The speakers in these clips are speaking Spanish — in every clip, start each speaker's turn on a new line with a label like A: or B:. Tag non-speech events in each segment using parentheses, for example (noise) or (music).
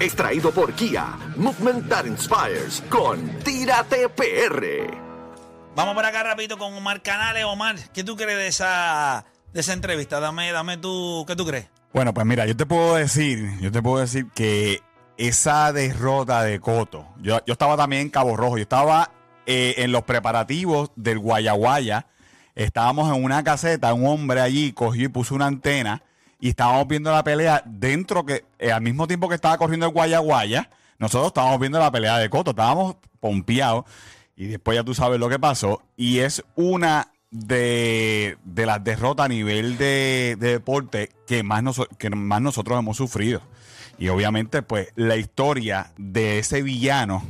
A: es traído por Kia, Movement That Inspires, con Tírate PR.
B: Vamos por acá rapidito con Omar Canales. Omar, ¿qué tú crees de esa, de esa entrevista? Dame, dame tú, ¿qué tú crees?
C: Bueno, pues mira, yo te puedo decir, yo te puedo decir que esa derrota de Coto, yo, yo estaba también en Cabo Rojo, yo estaba eh, en los preparativos del Guayaguaya, estábamos en una caseta, un hombre allí cogió y puso una antena y estábamos viendo la pelea dentro que, eh, al mismo tiempo que estaba corriendo el Guayaguaya, nosotros estábamos viendo la pelea de Coto, estábamos pompeados y después ya tú sabes lo que pasó y es una de, de las derrotas a nivel de, de deporte que más, noso- que más nosotros hemos sufrido. Y obviamente, pues, la historia de ese villano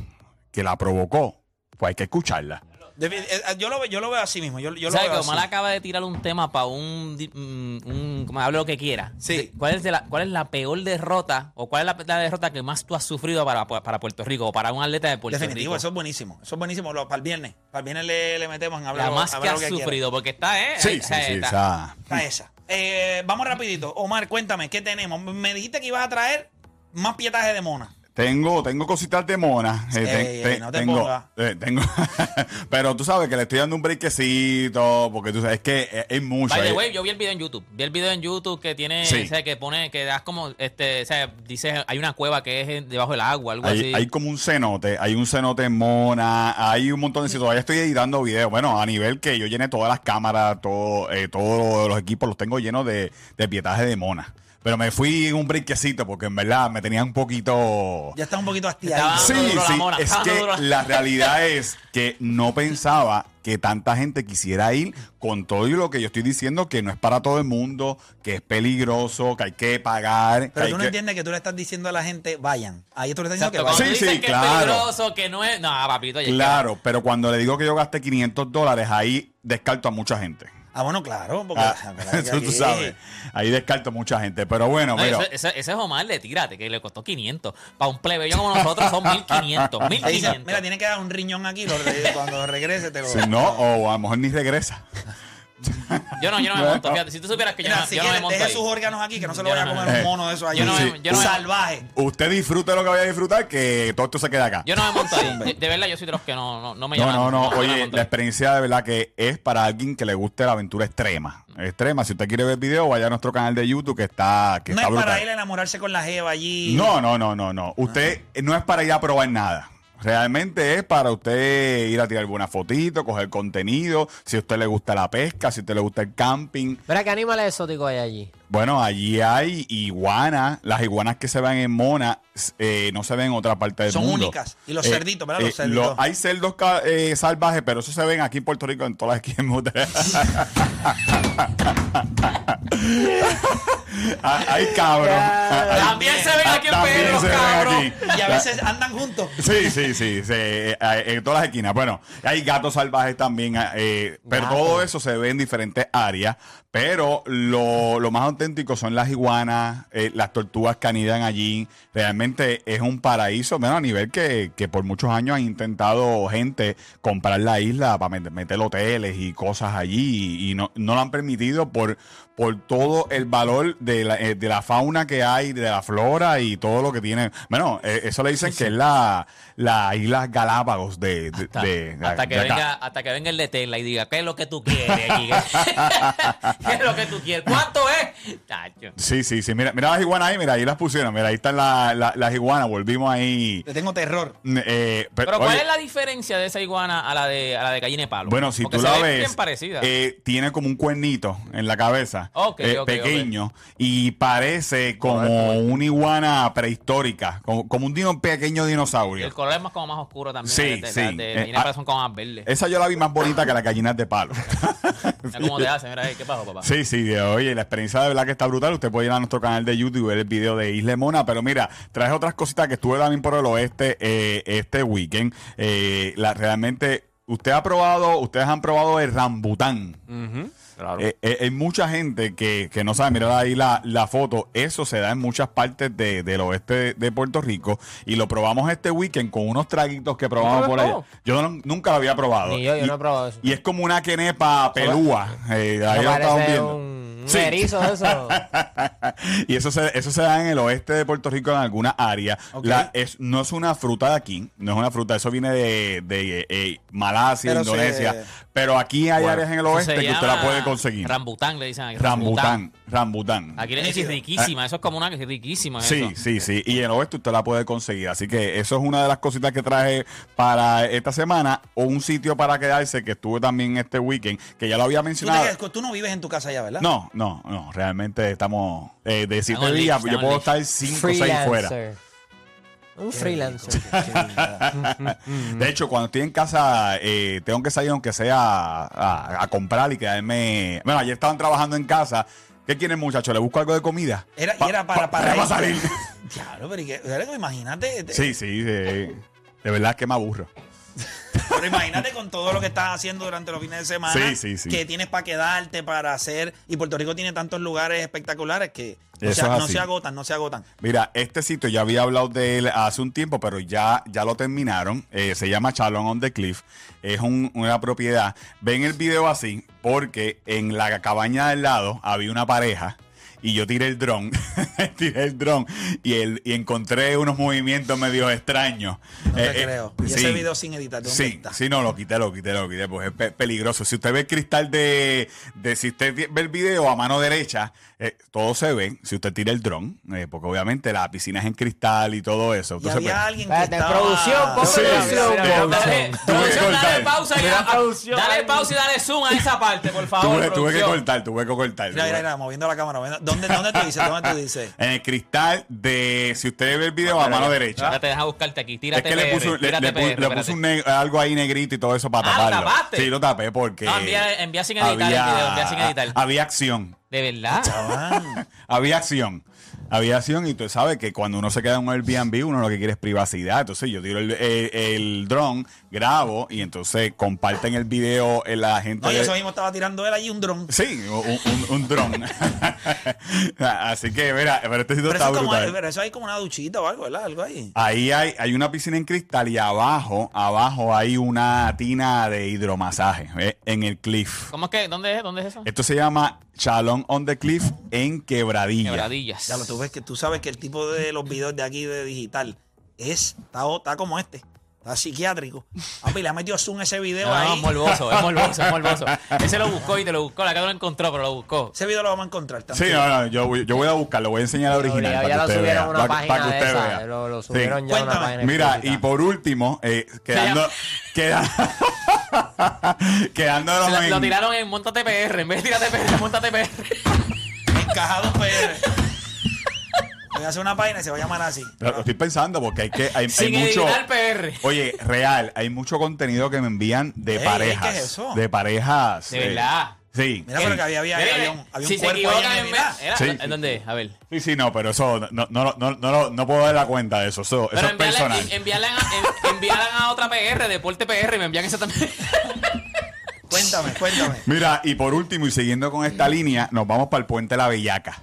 C: que la provocó, pues hay que escucharla.
B: De- eh, yo, lo, ve- yo lo veo así mismo. Yo, yo lo
D: ¿Sabes
B: veo
D: que
B: así.
D: Omar acaba de tirar un tema para un, di- mm, un- como hable lo que quiera?
B: Sí.
D: ¿Cuál es, de la, ¿Cuál es la peor derrota o cuál es la, la derrota que más tú has sufrido para, para Puerto Rico o para un atleta de Puerto
B: Definitivo,
D: Rico?
B: eso es buenísimo. Eso es buenísimo. Lo- para el viernes. Para el viernes le, le metemos en hablar.
D: la más
B: a
D: que
B: hablar
D: has
B: lo quiera.
D: sufrido, porque está, ¿eh?
C: Sí,
D: Ahí,
C: sí,
D: ahí
C: sí,
D: está.
C: esa-
B: Está esa. Eh, vamos rapidito. Omar, cuéntame, ¿qué tenemos? Me dijiste que ibas a traer más pietaje de mona.
C: Tengo, tengo cositas de mona. eh, ten-
B: Ey,
C: ten-
B: ey, no te
C: tengo,
B: pongas.
C: eh, tengo- (laughs) pero tú sabes que le estoy dando un brequecito, porque tú sabes, es que es, es mucho.
D: By the
C: eh.
D: way, yo vi el video en YouTube. Vi el video en YouTube que tiene,
C: Sí.
D: o sea, que pone, que das como, este, o sea, dice, hay una cueva que es en- debajo del agua, algo
C: Hay,
D: así.
C: hay como un cenote, hay un cenote en Mona, hay un montón de sitios. Todavía estoy editando videos. Bueno, a nivel que yo llené todas las cámaras, todo, eh, todos los equipos los tengo llenos de, de pietaje de Mona. Pero me fui en un brequecito porque en verdad me tenía un poquito...
B: Ya está un poquito
D: Estaba-
B: hastiado.
C: Sí,
D: duro la
C: sí,
D: mona,
C: es
D: estaba
C: que
D: duro.
C: la
D: (laughs)
C: realidad es que no pensaba que tanta gente quisiera ir con todo y lo que yo estoy diciendo, que no es para todo el mundo, que es peligroso, que hay que pagar. que
B: Pero
C: hay
B: tú no
C: que-
B: entiendes que tú le estás diciendo a la gente, vayan. Ahí tú le estás diciendo que
D: Exacto, cuando
B: vayan.
C: Sí,
D: dicen
C: sí,
D: que
C: claro.
D: es peligroso, que no es. No, papito, oye,
C: Claro, pero cuando le digo que yo gasté 500 dólares, ahí descarto a mucha gente.
B: Ah, bueno, claro. Porque,
C: Ah, (laughs) eso tú sabes. Ahí descarto a mucha gente. Pero bueno,
D: No,
C: pero
D: ese, ese- ese es Omar de Tírate, que le costó 500. Para un plebeyo como nosotros son
C: (laughs)
D: 1500.
B: Ahí dice,
D: 1500.
B: mira, tiene que dar un riñón aquí. lo (laughs) re- cuando regrese te lo
C: si no, o a lo mejor ni regresa.
D: Yo no, yo no me
C: ah.
D: monto. Fíjate, si tú supieras que yo,
B: Mira,
D: no,
B: si
D: yo no me
B: quiere,
D: monto.
B: deje
D: Ahí.
B: sus órganos aquí, que no se lo
D: Yo
B: vaya a
D: no-
B: comer un mono de esos allá.
D: Yo no
C: me- yo no me-
B: Salvaje.
C: Usted disfrute lo que vaya a disfrutar, que todo esto se queda acá.
D: Yo no me monto ahí. De, de verdad, yo soy de los que no, no, no me
C: No,
D: llaman.
C: no, no.
D: me
C: Oye,
D: monto
C: la
D: ahí.
C: experiencia de verdad que es para alguien que le guste la aventura extrema. Extrema. Si usted quiere ver video, vaya a nuestro canal de YouTube que está, que
B: No
C: está
B: es para
C: brutal.
B: él enamorarse con la jeva allí.
C: No, no, no, no, no. Usted
B: Ah.
C: no es para ir a probar nada. Realmente es para usted ir a tirar buena fotito, coger contenido. Si a usted le gusta la pesca, si a usted le gusta el camping.
E: Mira qué animales exóticos hay allí.
C: Bueno, allí hay iguanas. Las iguanas que se ven en Mona eh, no se ven en otra parte del
B: Son
C: mundo. Eh,
B: únicas. Y los cerditos, ¿verdad? Los cerditos.
C: lo- hay cerdos ca- eh, salvajes, pero eso se ven aquí en Puerto Rico en todas las esquinas. en Mona. Ah, (laughs) hay cabros. Ah, hay-
D: También se ven aquí en
C: También
D: Pedro,
C: se ven
D: cabrón.
C: aquí.
B: Y a veces andan juntos.
C: Sí, sí, sí, sí, eh, eh, en todas las esquinas. Bueno, hay gatos salvajes también, eh, eh, pero
E: Gato.
C: todo eso se ve en diferentes áreas. Pero lo, lo más auténtico son las iguanas, eh, las tortugas que anidan allí. Realmente es un paraíso, menos a nivel que, que por muchos años han intentado gente comprar la isla para met- meter hoteles y cosas allí y, y no, no lo han permitido por, por todo el valor de la, eh, de la fauna que hay, de la flora y todo lo que tiene. Bueno, eh, eso le dicen que es la, la isla Galápagos de, de-
D: Hasta,
C: de- de
D: hasta que
C: acá.
D: venga, hasta que venga el de Tesla y diga, ¿qué es lo que tú quieres, Giga? (laughs) ¿Qué es lo que tú quieres? ¿Cuánto es? Tacho.
C: Sí, sí, sí. Mira, mira las iguanas ahí, mira, ahí las pusieron. Mira, ahí están la- la- las iguanas. Volvimos ahí.
B: Le tengo terror.
C: Eh, pe-
D: Pero ¿cuál
C: oye,
D: es la diferencia de esa iguana a la de, a la de gallina de palo?
C: Bueno, si
D: Porque
C: tú
D: se
C: la
D: ven
C: ves,
D: bien parecida.
C: eh, tiene como un cuernito en la cabeza,
D: Ok,
C: eh,
D: ok, ok.
C: pequeño, y parece como una iguana prehistórica, como, como un dino- pequeño dinosaurio.
D: el color es más como más oscuro también.
C: Sí,
D: la de,
C: sí.
D: la de
C: Eh,
D: gallina de
C: ah,
D: palo son como más verdes.
C: Esa yo la vi más bonita que las gallinas de palo.
D: Mira cómo te hace, mira, ahí, ¿qué pasó, papá?
C: eh, Sí, sí, de- oye, la experiencia de verdad que está brutal. Usted puede ir a nuestro canal de YouTube y ver el video de Isle Mona. Pero mira, traje otras cositas que estuve también por el oeste eh, este weekend. Eh, la, realmente, usted ha probado, ustedes han probado el rambután.
F: Claro.
C: Eh, eh, hay mucha gente que, que no sabe, mira ahí la, la foto, eso se da en muchas partes de- del oeste de, de Puerto Rico y lo probamos este weekend con unos traguitos que probamos
E: ¿Nunca lo
C: por allá.
E: probó?
C: Yo no- nunca lo había probado.
E: Ni yo, yo
C: y,
E: no he probado eso.
C: y es como una quenepa pelúa, eh, ahí
E: Me
C: lo estaban
E: parece
C: viendo.
E: un, Un
C: Sí.
E: erizo de eso.
C: (laughs) y eso se, eso se da en el oeste de Puerto Rico en alguna área.
B: Ok.
C: La- es, no es una fruta de aquí, no es una fruta, eso viene de, de, eh, eh, Malasia,
B: Pero
C: Indonesia.
B: se-
C: Pero aquí hay
D: Bueno,
C: áreas en el
D: eso
C: oeste
D: se
C: que usted
D: llama
C: la puede conseguir.
D: Rambután, le dicen ahí.
C: Rambután, rambután.
D: Aquí le dicen riquísima. Eso es como una que es riquísima.
C: Sí,
D: eso.
C: sí, sí. Y en el oeste usted la puede conseguir. Así que eso es una de las cositas que traje para esta semana. O un sitio para quedarse que estuve también este weekend, que ya lo había
B: Tú, te
C: mencionado.
B: quedas- tú no vives en tu casa ya, ¿verdad?
C: No, no, no. Realmente estamos eh, de siete
D: on
C: días.
D: leave,
C: Yo
D: estamos
C: puedo
D: on
C: estar cinco o seis (laughs) fuera.
E: Un freelancer.
D: Mm,
C: De hecho, cuando estoy en casa, eh, tengo que salir aunque sea a, a- a comprar y quedarme. Bueno, ayer estaban trabajando en casa. ¿Qué quieren, muchachos? ¿Le busco algo de comida?
B: Era,
C: Pa-
B: y era para,
C: pa- para
B: irte.
C: salir.
B: (laughs) Claro, pero, ¿y qué? Claro, imagínate. te-
C: Sí, sí, sí. De verdad es que me aburro.
B: Pero imagínate con todo lo que estás haciendo durante los fines de semana.
C: Sí, sí, sí.
B: Que tienes para quedarte, para hacer. Y Puerto Rico tiene tantos lugares espectaculares que no, se,
C: Eso es
B: no
C: así.
B: se agotan, no se agotan.
C: Mira, este sitio ya había hablado de él hace un tiempo, pero ya, ya lo terminaron. Eh, se llama Chalon on the Cliff. Es un- una propiedad. Ven el video así, porque en la cabaña del lado había una pareja. Y yo tiré el dron, (laughs) tiré el dron y, el- y encontré unos movimientos medio extraños.
B: No te
C: Eh, eh,
B: creo. Y ese
C: sí.
B: video sin editar, ¿dónde
C: Sí,
B: está?
C: sí, no, lo quité, lo quité, lo quité, pues es pe- peligroso. Si usted ve el cristal de, de- si usted ve el video a mano derecha, eh, todo se ve. Si usted tira el dron, eh, porque obviamente la piscina es en cristal y todo eso.
B: Y
C: Entonces,
B: había
C: pues,
B: alguien que
E: Espérate,
B: estaba...
E: producción, pon
C: Sí,
E: producción,
C: sí,
E: pon
D: Dale,
E: producción.
D: producción, dale
C: cortar.
D: pausa, y,
E: Mira,
D: ah,
E: producción.
D: dale pausa y dale zoom a esa parte, por favor.
C: tuve, tuve que
D: producción.
C: cortar, tuve que cortar.
B: Mira,
C: tuve-
B: mira, mira, moviendo la cámara. moviendo- ¿Dónde, dónde tú dices? ¿Dónde tú dices?
C: En el cristal de, si usted ve el video a mano derecha,
D: Espérate, deja buscarte aquí.
C: es
D: Ah, Tírate
C: que le
D: PR,
C: puso, le,
D: tírate
C: le pu-
D: PR,
C: le puso
D: espérate.
C: un ne- algo ahí negrito y todo eso para
D: Ah, ¿lo
C: taparlo.
D: tapaste?
C: Sí, lo tapé porque
D: No, envía- envía sin editar el video, envía sin editar.
C: Había acción.
D: De verdad.
B: Ah,
C: Había acción. Había acción y tú sabes que cuando uno se queda en un Airbnb, uno lo que quiere es privacidad. Entonces yo tiro el, el, el dron, grabo y entonces comparten el video eh, la gente.
B: no, yo
C: de-
B: eso mismo estaba tirando él allí un dron.
C: Sí, un, un- un dron. (laughs) Así que, mira, pero este sitio
B: Pero
C: está
B: eso, es como,
C: brutal.
B: pero eso hay como una duchita o algo, ¿verdad? Algo ahí.
C: Ahí hay, hay una piscina en cristal y abajo, abajo hay una tina de hidromasaje eh, en el cliff.
D: ¿Cómo es que? ¿Dónde es, ¿Dónde es eso?
C: Esto se llama Chalón on the Cliff en Quebradilla.
D: Quebradillas.
B: Ya lo tú ves que tú sabes que el tipo de los videos de aquí de digital es está, o- está como este, está psiquiátrico. Papi, le ha metido zoom a ese video
E: Ah,
D: No, no,
B: ahí.
D: es morboso, es morboso, es morboso. Ese lo buscó y te lo buscó. La que no lo encontró, pero lo buscó.
B: ese video lo vamos a encontrar
C: Sí,
B: también.
C: no, no, yo, voy- yo voy a buscarlo, voy a enseñar el original.
E: Ya,
C: para que
E: lo
C: usted
E: subieron a
C: vea,
E: una
C: para- para
E: página
C: que
E: de
C: usted
E: esa.
C: vea.
E: Lo, lo
C: Sí.
E: subieron ya a
B: Cuéntame.
E: una página
C: Mira,
E: específica.
C: y por último, eh, quedando, (laughs) queda- (laughs) quedándonos
D: Se la-
C: en-
D: lo tiraron en Montate PR. En vez de tirarte PR,
B: (laughs)
D: Montate PR.
C: ah.
B: Encajado PR. Voy a hacer una página y se va a llamar así.
C: Lo lo estoy pensando porque hay que hay, hay
D: Sin
C: mucho.
D: editar PR.
C: Oye, real, hay mucho contenido que me envían de
B: Ey,
C: parejas.
B: ¿qué es eso?
C: De parejas.
D: De
C: eh,
D: verdad.
C: Sí.
B: Mira, pero que había, había,
D: Mire,
B: había un, había un
D: si se
B: cuerpo ahí en
D: equivocan en
B: el
D: vez.
B: video.
D: era-
C: Sí,
D: ¿en
C: sí.
D: ¿Dónde? A ver.
C: Sí, sí, no, pero eso no, no, no, no, no, no puedo dar la cuenta de eso. Eso, eso
D: Pero
C: es
D: envíalan,
C: personal.
D: envíalan, en- envíalan a otra PR, Deporte PR, y me envían esa también. (laughs) eh.
B: Cuéntame, cuéntame.
C: Mira, y por último, y siguiendo con esta línea, nos vamos para el puente La Bellaca.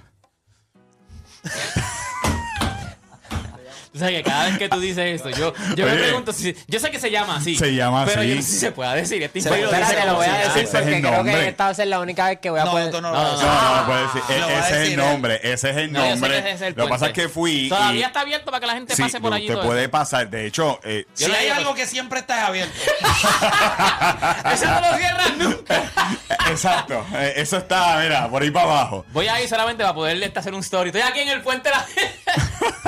D: O sea, que cada vez que tú dices esto, yo, yo me
C: Oye.
D: pregunto si. Yo sé que se llama así.
C: Se llama
D: pero
C: así.
D: yo no sé si se pueda decir. Este
B: Se-
D: imperio
B: espérate,
D: dice
E: Espérate, lo voy a
D: como si-
C: Ese
E: decir
C: es el
E: porque creo
C: nombre.
E: que esta va a ser la única vez que voy a
B: No,
E: poder.
B: tú no lo
D: No,
B: vas a
D: no,
B: decir.
C: (laughs) No, no, no puede decir.
B: Lo va
C: E-
B: a
C: ese es
B: decir
C: el
B: él.
C: nombre. Ese es el
D: ¿eh? No, yo sé que
C: nombre.
D: ese es el
C: Lo que pasa es
D: puente.
C: que fui. y-
D: Todavía está abierto para que la gente
C: Sí,
D: pase por allí. y
C: Usted
D: todo
C: puede pasar. De hecho, eh, (laughs)
D: Yo
B: si
D: lo
B: hay
D: digo,
B: algo
D: pero-
B: que siempre está abierto.
D: eso. (laughs) Eso no lo cierras nunca.
C: exacto. eh, eso está, mira, por ahí para abajo. (laughs)
D: Voy ahí solamente para poder este, hacer un story. Estoy aquí en el puente de la.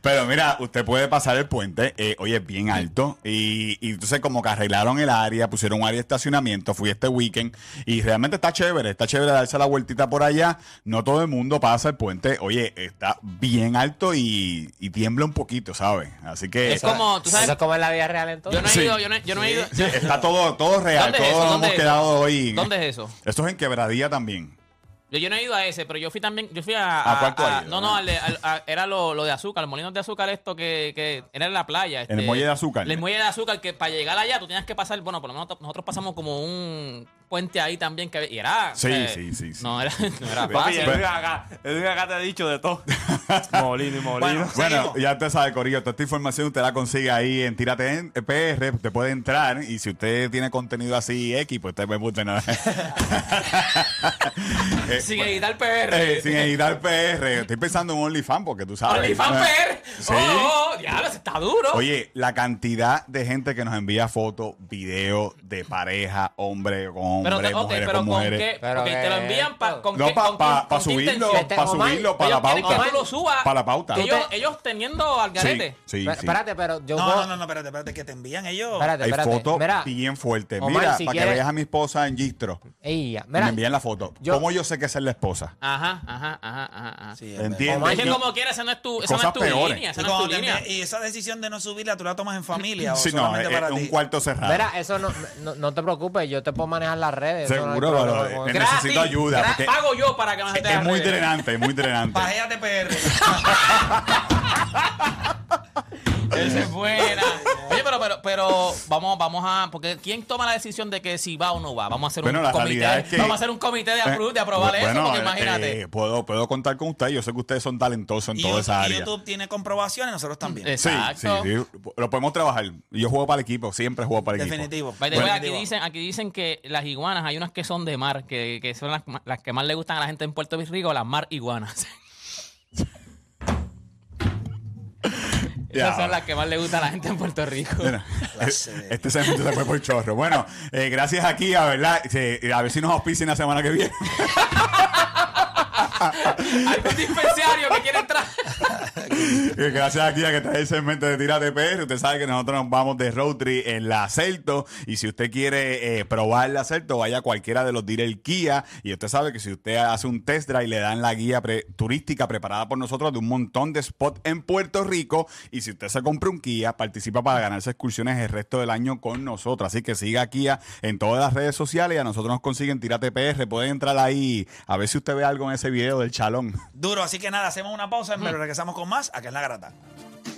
C: Pero mira, usted puede pasar el puente, eh, oye, es bien alto. Y, y entonces, como que arreglaron el área, pusieron un área de estacionamiento, fui este weekend y realmente está chévere, está chévere darse la vueltita por allá. No todo el mundo pasa el puente, oye, está bien alto y, y tiembla un poquito, ¿sabes? Así que
D: es como, tú
E: Eso
D: sabes.
E: es como en la vida real entonces.
D: Yo no he
C: Sí.
D: ido, yo no, he- yo no he ido.
C: Sí, está todo, todo real,
D: ¿Dónde es
C: todos
D: eso?
C: nos hemos
D: ¿Dónde es eso?
C: quedado hoy.
D: ¿Dónde es eso?
C: Esto es en quebradía también.
D: Yo, yo no he ido a ese, pero yo fui también, yo fui a...
C: ¿A cuál tú has ido?
D: No, no, al de- al- a- era lo, lo de azúcar, los molinos de azúcar esto que, que era en la playa. este,
C: el muelle de azúcar.
D: El muelle de azúcar, que para llegar allá tú tenías que pasar, bueno, por lo menos to- nosotros pasamos como un... puente ahí también que y era.
C: Sí,
D: o sea,
C: sí, sí, eh, sí.
D: No era, (laughs) no era
F: Papi,
D: Ah, fácil.
F: Edwin acá, Edwin acá te ha dicho de todo. Molino y molino.
B: Bueno.
C: Bueno,
B: Seguimos.
C: ya usted sabe, Corillo, toda esta información usted la consigue ahí en Tírate en PR, usted puede entrar y si usted tiene contenido así X, pues usted me puede nada. Eh,
D: Sin
C: bueno,
D: editar PR.
C: eh, (laughs) sin editar PR. Estoy pensando en OnlyFans porque tú sabes.
D: OnlyFans PR.
C: eh, Sí.
D: Oh, oh, diablo, se está duro.
C: Oye, la cantidad de gente que nos envía fotos, videos de pareja, hombre con hombre,
D: pero, te- ok,
C: mujeres
D: pero
C: con
D: con
C: mujeres.
D: qué.
E: Pero
D: ok, te lo
E: que-
D: envían pa- con
C: No,
D: qué-
C: para
D: con qué- con qué
C: subirlo,
D: intención.
C: para
E: Omar,
C: subirlo, para la
D: Este, Ellos quieren
C: pauta.
D: que tú lo subas.
C: Para la pauta.
D: Ellos, ellos teniendo al
C: Sí,
D: garete.
C: sí,
E: Espera-
C: sí.
E: Espérate, pero yo.
B: No,
E: puedo-
B: no, no, no, espérate, espérate, que te envían ellos.
E: Espérate,
C: Hay
E: espérate.
C: fotos
E: Mira.
C: bien fuertes.
E: Omar,
C: Mira,
E: si
C: para que
E: quieres-
C: veas a mi esposa en Gistro.
E: Ey, ya,
C: Me
E: mira,
C: envían la foto.
E: yo-
C: ¿Cómo yo sé que esa es la esposa?
D: Ajá, ajá, ajá, ajá. ajá. Pues
B: Sí, es verdad.
C: ¿Entiendes?
D: Es que como quieras, esa no es tu, esa no es
C: Cosas
D: tu
C: peores.
D: línea. Esa
B: Y,
D: no es
B: cuando
D: tu
B: te
D: línea.
B: envían- y esa decisión de no subirla, tú la tomas en
C: (laughs)
B: familia o
C: Sí, no,
B: solamente
C: eh,
B: para
C: eh,
B: ti.
C: un cuarto cerrado.
E: mira, eso no, no, no te preocupes, yo te puedo manejar las redes. eso no hay
C: Seguro,
E: problema
C: brother.
E: con
C: En
E: eso.
C: el- necesito ayuda,
D: gra-
C: porque-
D: pago yo para que no se
C: es,
D: te
C: es muy
D: arregle.
C: drenante, es muy drenante.
B: Pajéate
C: (laughs)
B: PR.
D: Esa es buena. (laughs) Oye, pero, pero, pero vamos, vamos a. Porque ¿quién toma la decisión de que si va o no va? Vamos a hacer
C: Bueno,
D: un
C: la
D: comité.
C: realidad es que-
D: Vamos a hacer un comité de, apro- de aprobar
C: Eh,
D: eso,
C: bueno,
D: porque
C: eh,
D: imagínate.
C: eh, puedo, puedo contar con ustedes. Yo sé que ustedes son talentosos en
B: Y
C: toda esa
B: YouTube,
C: área.
B: YouTube tiene comprobaciones, nosotros también.
C: Sí, sí,
D: Exacto.
C: sí, lo podemos trabajar. Yo juego para el equipo, siempre juego para el
B: Definitivo.
D: By the way, aquí,
B: Definitivo.
D: dicen, aquí dicen que las iguanas, hay unas que son de mar, que, que son las, las que más le gustan a la gente en Puerto Rico, las mar iguanas.
C: equipo. Ya.
D: Esas son las que más le gustan a la gente en Puerto Rico.
C: Mira,
B: Clase de-
C: este segmento se fue por chorro. Bueno, eh, gracias aquí, a verdad. Se- A ver si nos auspician la semana que viene.
D: Hay (laughs) un dispensario que quiere entrar.
C: (laughs) Eh, Gracias aquí a que trae el segmento de Tírate PR. Usted sabe que nosotros nos vamos de road trip en la Celto. Y si usted quiere eh, probar la Celto, vaya a cualquiera de los dealers Kia. Y usted sabe que si usted hace un test drive, le dan la guía pre- turística preparada por nosotros de un montón de spots en Puerto Rico. Y si usted se compra un Kia, participa para ganarse excursiones el resto del año con nosotros. Así que siga Kia en todas las redes sociales. Y a nosotros nos consiguen Tírate PR. Pueden entrar ahí a ver si usted ve algo en ese video del chalón.
B: Duro, así que nada, hacemos una pausa, pero regresamos con más. Acá en la grata.